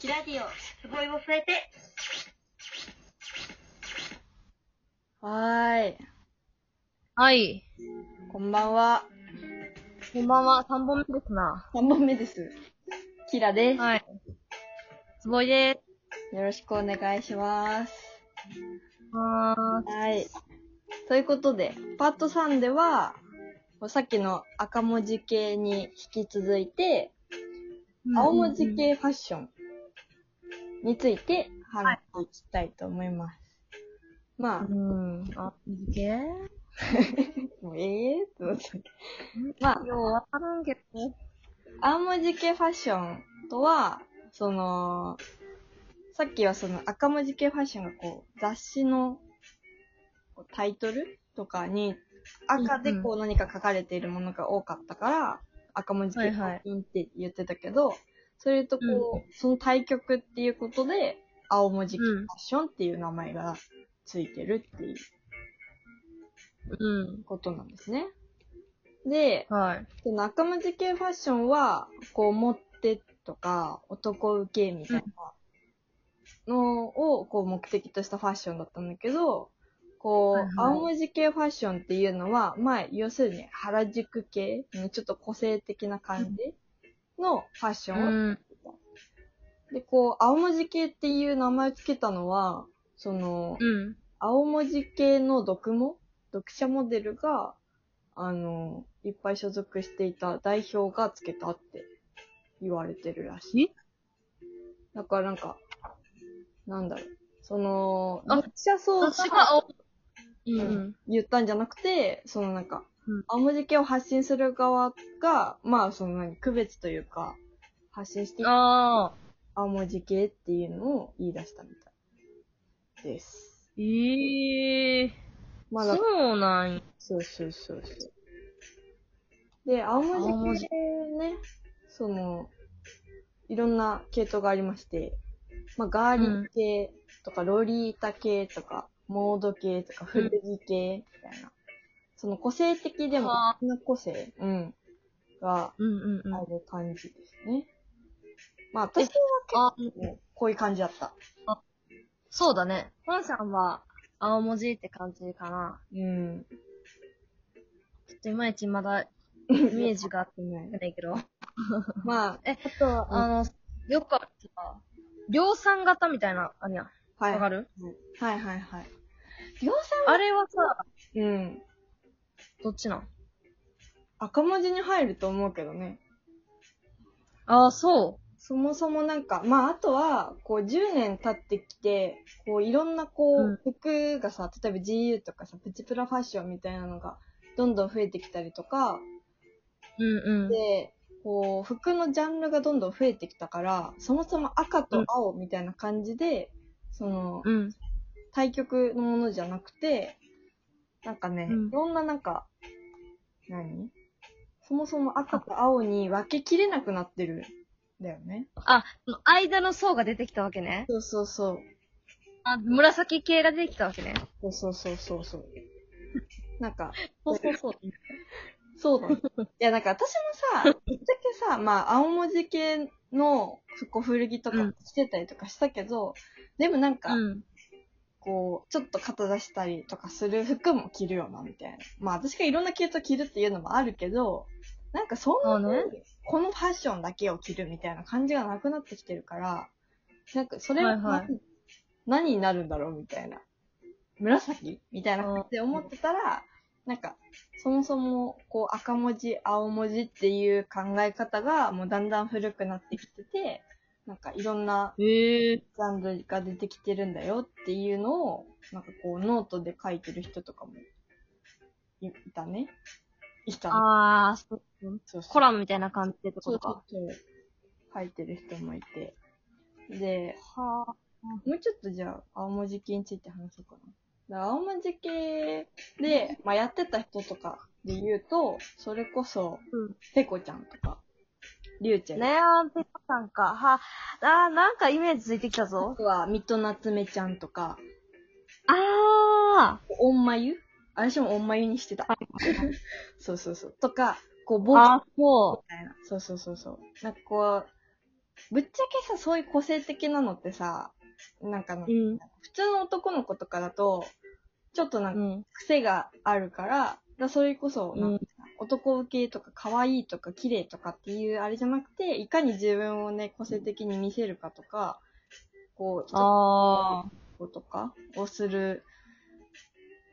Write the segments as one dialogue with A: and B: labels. A: キラディオ、すごいを添えて。
B: はーい。
C: はい。
B: こんばんは。
C: こんばんは、3本目ですな。
B: 3本目です。キラです。
C: はい。つぼいで
B: よろしくお願いします。
C: す。はー
B: はい。ということで、パート3では、さっきの赤文字系に引き続いて、
C: い
B: 青文字。系ファッションについて話していきたいと思います。ま
C: うん。青文字系
B: あ、もうええー、ってなっちゃうまあ、
C: ようわからんけどね。
B: 青文字系ファッションとは、その、さっきはその赤文字系ファッションがこう、雑誌のこうタイトルとかに、赤でこう何か書かれているものが多かったから、赤文字系ファッションって言ってたけど、それとこう、その対局っていうことで、青文字系ファッションっていう名前がついてるっていう
C: うん。
B: ことなんですね。で、
C: はい。
B: で中文字系ファッションは、こう、持ってとか、男受けみたいなのを、こう、目的としたファッションだったんだけど、こ、
C: はいはいう
B: 青文字系ファッションっていうのは、まあ、要するに原宿系、ちょっと個性的な感じのファッシ
C: う
B: ョンを
C: ん。
B: で、こう、青文字系っていう名前をつけたのは、その、
C: うん。
B: 青文字系の読も読者モデルが、あの、いっぱい所属していた代表がつけたって言われてるらしい。だからなんか、なんだろう、その、
C: あ
B: 読者層
C: 私
B: が
C: が青。う。
B: うん言ったんじゃなくて、そのなんか
C: うん、
B: 青文字系を発信する側が、まあその何、区別というか、発信していた
C: ああ。
B: 青文字系っていうのを言い出したみたいです。
C: ええー。
B: まあだ
C: そうなんや。
B: そうそうそうそう。で、青
C: 青
B: 文
C: 文
B: 字
C: 字
B: 系ね、その、いろんな系統がありまして、まあ、ガーリック系とか、ロリータ系とか、モード系とか、古着系みたいな。その個性的でも、
C: はあ
B: みんな個性、うん、が
C: うんうんうん。
B: ある感じですね。まあ、私は
C: あ
B: 結構、こういう感じだった。
C: そうだね。本さんは、青文字って感じかな。
B: うん。
C: ちょっといまいちまだ、イメ ージが合って
B: ない
C: ないけど。
B: まあ、
C: え
B: あとは、
C: あ
B: うん
C: の、よくあるさ、量産型みたいな、あれやん。
B: はい
C: わかる
B: はいはいはい。量
C: あれはさ、
B: 産うん。
C: どっちなん
B: 赤文字に入ると思うけどね。
C: ああ、そ
B: そもそもなんか、まああとは、こう10年経ってきて、こういろんなこ
C: うん
B: う、服がさ、例えば GU とかさ、プチプラファッションみたいなのが、どんどん増えてきたりとか、
C: う。うんうん。
B: で、こう、服のジャンルがどんどん増えてきたから、そもそも赤と青みたいな感じで、その、
C: うん。
B: 対局のものじゃなくて、なんかね、
C: うん
B: いろんななんか、何そもそも赤と青に分けきれなくなってる。だよね。
C: あ、間の層が出てきたわけね。
B: そうそうそう。
C: あ、紫系が出てきたわけね。
B: そうそうそうそうそう。なんか、
C: そうそうそう。
B: そうだ、ね。いや、なんか私もさ、ぶっちゃけさ、まあ、青文字系のこう古着と
C: う
B: か
C: ん
B: 着てたりとかしたけど、でもなんか、
C: うん。
B: こう、ちょっと肩出したりとかする服も着るよな、みたいな。まあ、私がいろんな系統着るっていうのもあるけど、なんかそんなに
C: そ、
B: このファッションだけを着るみたいな感じがなくなってきてるから、なんかそれは何,、
C: はいは
B: 何になるんだろうみたいな。紫みたいな感じで思ってたら、なんか、そもそも、こう、赤文字、青文字っていう考え方が、もうだんだん古くなってきてて、なんかいろんな
C: へえ。
B: ジャンルが出てきてるんだよっていうのを、なんかこう、ノートで書いてる人とかもい、いたね。いたね。
C: ああ、そう
B: そうそう
C: コラムみたいな感じでってこ
B: そう
C: と
B: そ
C: か。
B: うそう。書いてる人もいて。で、
C: はあ。
B: もうちょっとじゃあ、青文字系について話そうかな。だから青文字系で、まあ、やってた人とかで言うと、それこそ、
C: うん
B: ペコちゃんとか、リュウちゃん
C: ねえ、あんぺこさんか。はあ、あーなんかイメージついてきた
B: あ
C: ぞ。
B: とは、ミトナツメちゃんとか、
C: ああ
B: おんまゆ私もおんまゆにしてた。そうそうそう。とか、こう、ボ
C: あ
B: ー
C: あ、そ
B: みたいな。そうそうそうそう。なんかこう、ぶっちゃけさ、そういう個性的なのってさ、なんかな
C: う。うん。
B: 普通の男の子とかだと、ちょっとなん
C: う
B: か
C: ん。
B: 癖があるから、だからそれこそなんかさ、男受けとか可愛いとか綺麗とかっていうあれじゃなくて、いかに自分をね、個性的に見せるかとか、こう、
C: ああ。
B: とかをする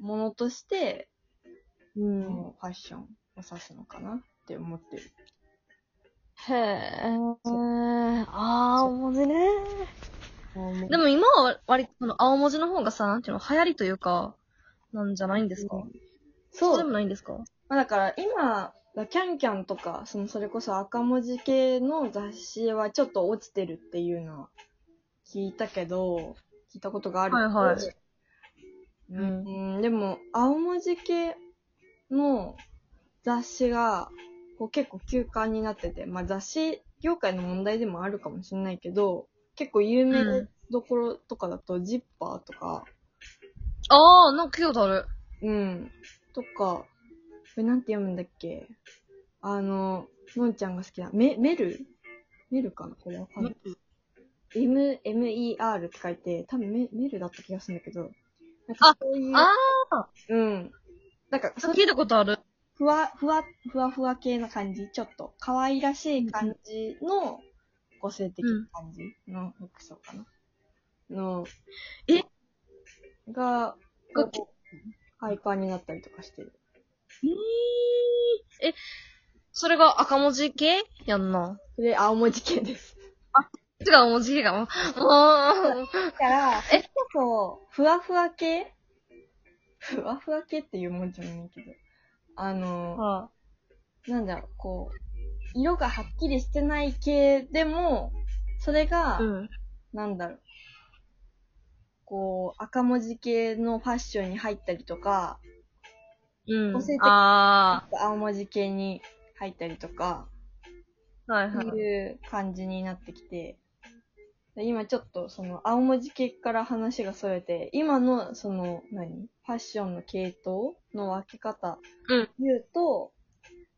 B: ものとして、
C: うん。
B: もうファッションを指すのかなって思ってる。
C: へえ。ああ、青文字ね。で
B: も、
C: も今は割とその青文字の方がさ、なんていうの、流行りというか、なんじゃないんですか、
B: そう
C: でもないんですか
B: まあ、だから今、キャンキャンとか、そのそれこそ赤文字系の雑誌はちょっと落ちてるっていうのは聞いたけど、聞いたことがあるけど。
C: はいはい
B: うん、うんでも、青文字系の雑誌がこう結構休刊になってて、まあ雑誌業界の問題でもあるかもしれないけど、結構有名どころとかだと、ジッパーとか、
C: ああ、なんか聞いたことある。
B: うん。とか、これなんて読むんだっけあの、のんちゃんが好きな、メ、メルメルかなこれわかんない。M、M-E-R って書いて、多分メメルだった気がするんだけど。なんかそういう、
C: あ
B: うん。なんか、そう
C: 聞いたことある。
B: ふわ、ふわ、ふわふわ系な感じ、ちょっと可愛らしい感じの、個性的な感じの服装かな。の、
C: え
B: が、
C: が
B: こうハイパーになったりとかしてる。
C: え、それが赤文字系やんな。
B: で、青文字系です。
C: 違う、青文字系が、もう、
B: だから、え、そう、ふわふわ系ふわふわ系っていうもんじゃないけど。あの、
C: は
B: なんだろう、こう、色がはっきりしてない系でも、それが、
C: うん。
B: なんだろう、こう、赤文字系のファッションに入ったりとか、
C: うん
B: 個性的。
C: あ
B: 青文字系に入ったりとか、
C: あ。はい
B: っ
C: は
B: て
C: い。
B: いう感じになってきて、で今ちょっとその青文字系から話がそれて、今のその何ファッションの系統の分け方
C: うん
B: 言うと、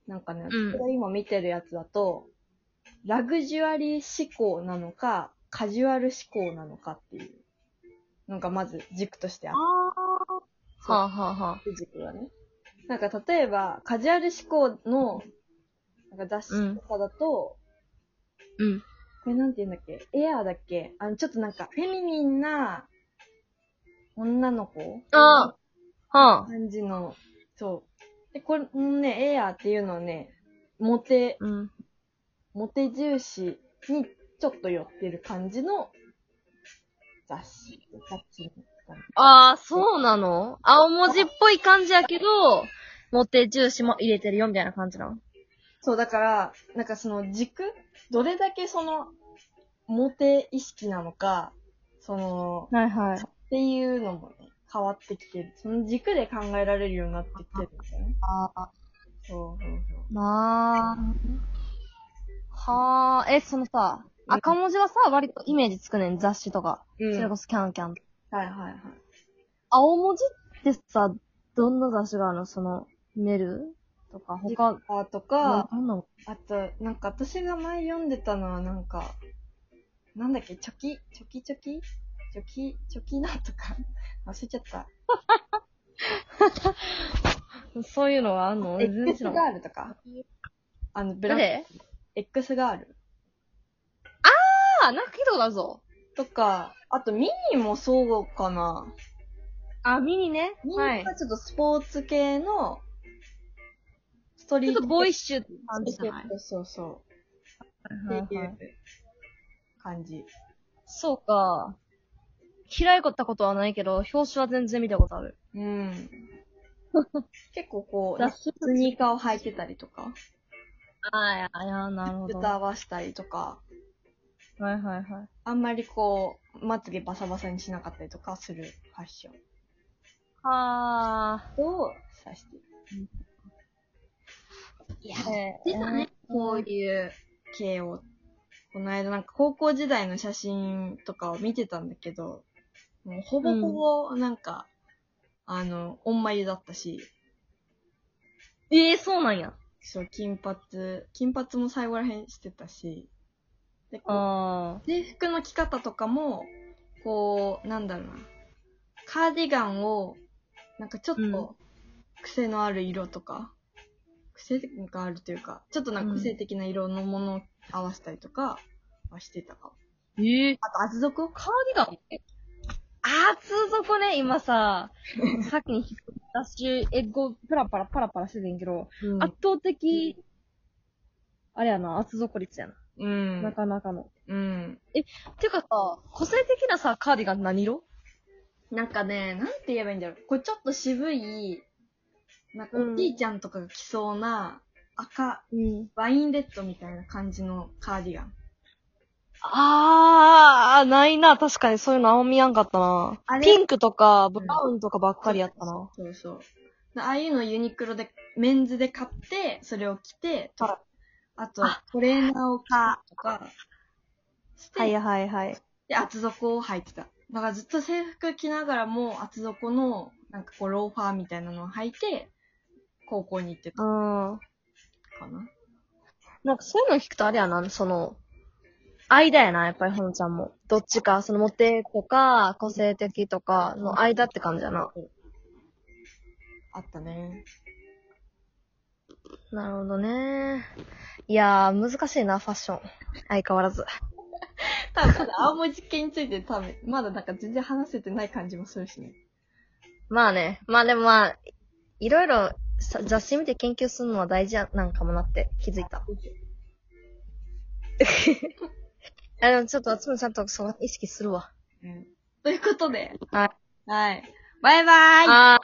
B: なんかね、
C: うん
B: 私が今見てるやつだと、ラグジュアリー思考なのか、カジュアル思考なのかっていうのがまず軸としてあっ
C: ああ。はあはあはあ。
B: て、軸がね。なんか例えば、カジュアル思考のなんか雑誌とかだと、
C: うん。
B: これなんて言うんだっけエアーだっけあの、ちょっとなんか、フェミニンな、女の子
C: ああ。はあ。
B: 感じの、そう。で、これ、ね、エアーっていうのはね、モテ、
C: うん。
B: モテ重視にちょっと寄ってる感じの雑誌。雑誌ですかね
C: ああ、そうなの青文字っぽい感じやけど、モテ重視も入れてるよみたいな感じなの
B: そう、だから、なんかその軸どれだけその、モテ意識なのか、その、
C: はいはい。
B: っていうのもね、変わってきてる。その軸で考えられるようになってきてるんですよね。
C: ああ。
B: そうそうそう。
C: まあ。はあ、え、そのさ、
B: うん
C: 赤文字はさ、割とイメージつくねん、雑誌とか。
B: うん
C: それこそキャンキャン。
B: はいはいはい。
C: 青文字ってさ、どんな雑誌があるのその、メルとか、他、
B: あと
C: な
B: か、
C: なんなの
B: あと、なんか私が前読んでたのはなんか、なんだっけ、チョキ、チョキチョキチョキ、チョキなんとか。 忘れちゃった。
C: そういうのがあんの俺全然
B: X
C: 知ら
B: ガ
C: ん。ど
B: ールとか。あの、ブラッ
C: れ
B: ク、X ガール
C: ああ、なんか聞いたことあるぞ。
B: とか、あとミニもそうかな。
C: あ、ミニね。
B: ミニ
C: はい。
B: はちょっとスポーツ系の、スト
C: ち
B: リ
C: ょっ
B: ート
C: とボーイッシュって感じじ
B: そ
C: ゃ
B: う
C: ない
B: そうそ。
C: はいう
B: って
C: はいいう
B: 感じ。
C: そうか。嫌いかったことはないけど、表紙は全然見たことある。
B: うん。結構こう、
C: 雑誌
B: スニーカーを履いてたりとか、
C: ああ、いや、なるほど。は
B: 歌わしたりとか、
C: いはいはい。
B: あんまりこう、まつげバサバサにしなかったりとかするファッション
C: はあ。
B: を指してる。いや、
C: 実はね、
B: こういう系を、この間なんか高校時代の写真とかを見てたんだけど、もうほぼほぼなんか、あの、おんまゆだったし、
C: ええそうなんや。
B: そう、金髪、金髪も最後らへんしてたし、で、こう
C: あ
B: 制服の着方とかも、こう、なんだろうな。カーディガンを、なんかちょっ
C: うん
B: と、癖のある色とか、癖があるというか、ちょっとなんか
C: うん
B: 個性的な色のものを合わせたりとかはしてたかも。
C: ー。ええ
B: あと、厚底
C: カーディガンあー、通底ね、今 さ、さっきに引っ越し、え、ご、パラパラパラパラしててんけど、
B: うん
C: 圧倒的、あれやな、厚底率やな。
B: うん。
C: なかなかの。
B: うん。
C: ていうかさ、個性的なさ、カーディガンって何色
B: なんかね、なんて言えばいいんだろう。これちょっと渋い、なんか
C: うん
B: おじいちゃんとかが着そうな、赤、
C: うん。
B: ワインレッドみたいな感じのカーディガン。
C: あー、ないな、確かにそういうのあんま見やんかったな
B: あれ
C: ンクとか、ブウンとかばっかりやったな。
B: そうそう。でああいうのをユニクロで、メンズで買って、それを着て、と
C: はい
B: あと
C: あ、
B: トレーナーを買うとか、して、
C: はいはいはい。
B: で、厚底を履いてた。だからずっと制服着ながらも、厚底の、なんかこう、ローファーみたいなのを履いて、高校に行ってた
C: うん。
B: かな。
C: なんかそういうの聞くとあれやな、その、間やな、やっぱりほのちゃんも。どっちか、そのモテとか、個性的とかの間って感じやな。
B: あったね。
C: なるほどね。いやー、難しいな、ファッション。相変わらず。
B: 多分、まだ青文字系について多分、まだなんか全然話せてない感じもするしね。
C: まあね。まあでもまあ、いろいろさ雑誌見て研究するのは大事やなんかもなって気づいた。あの、ちょっと私もちゃんとそう意識するわ。
B: うん。ということで、
C: はい。
B: はい。バイバーイ
C: あー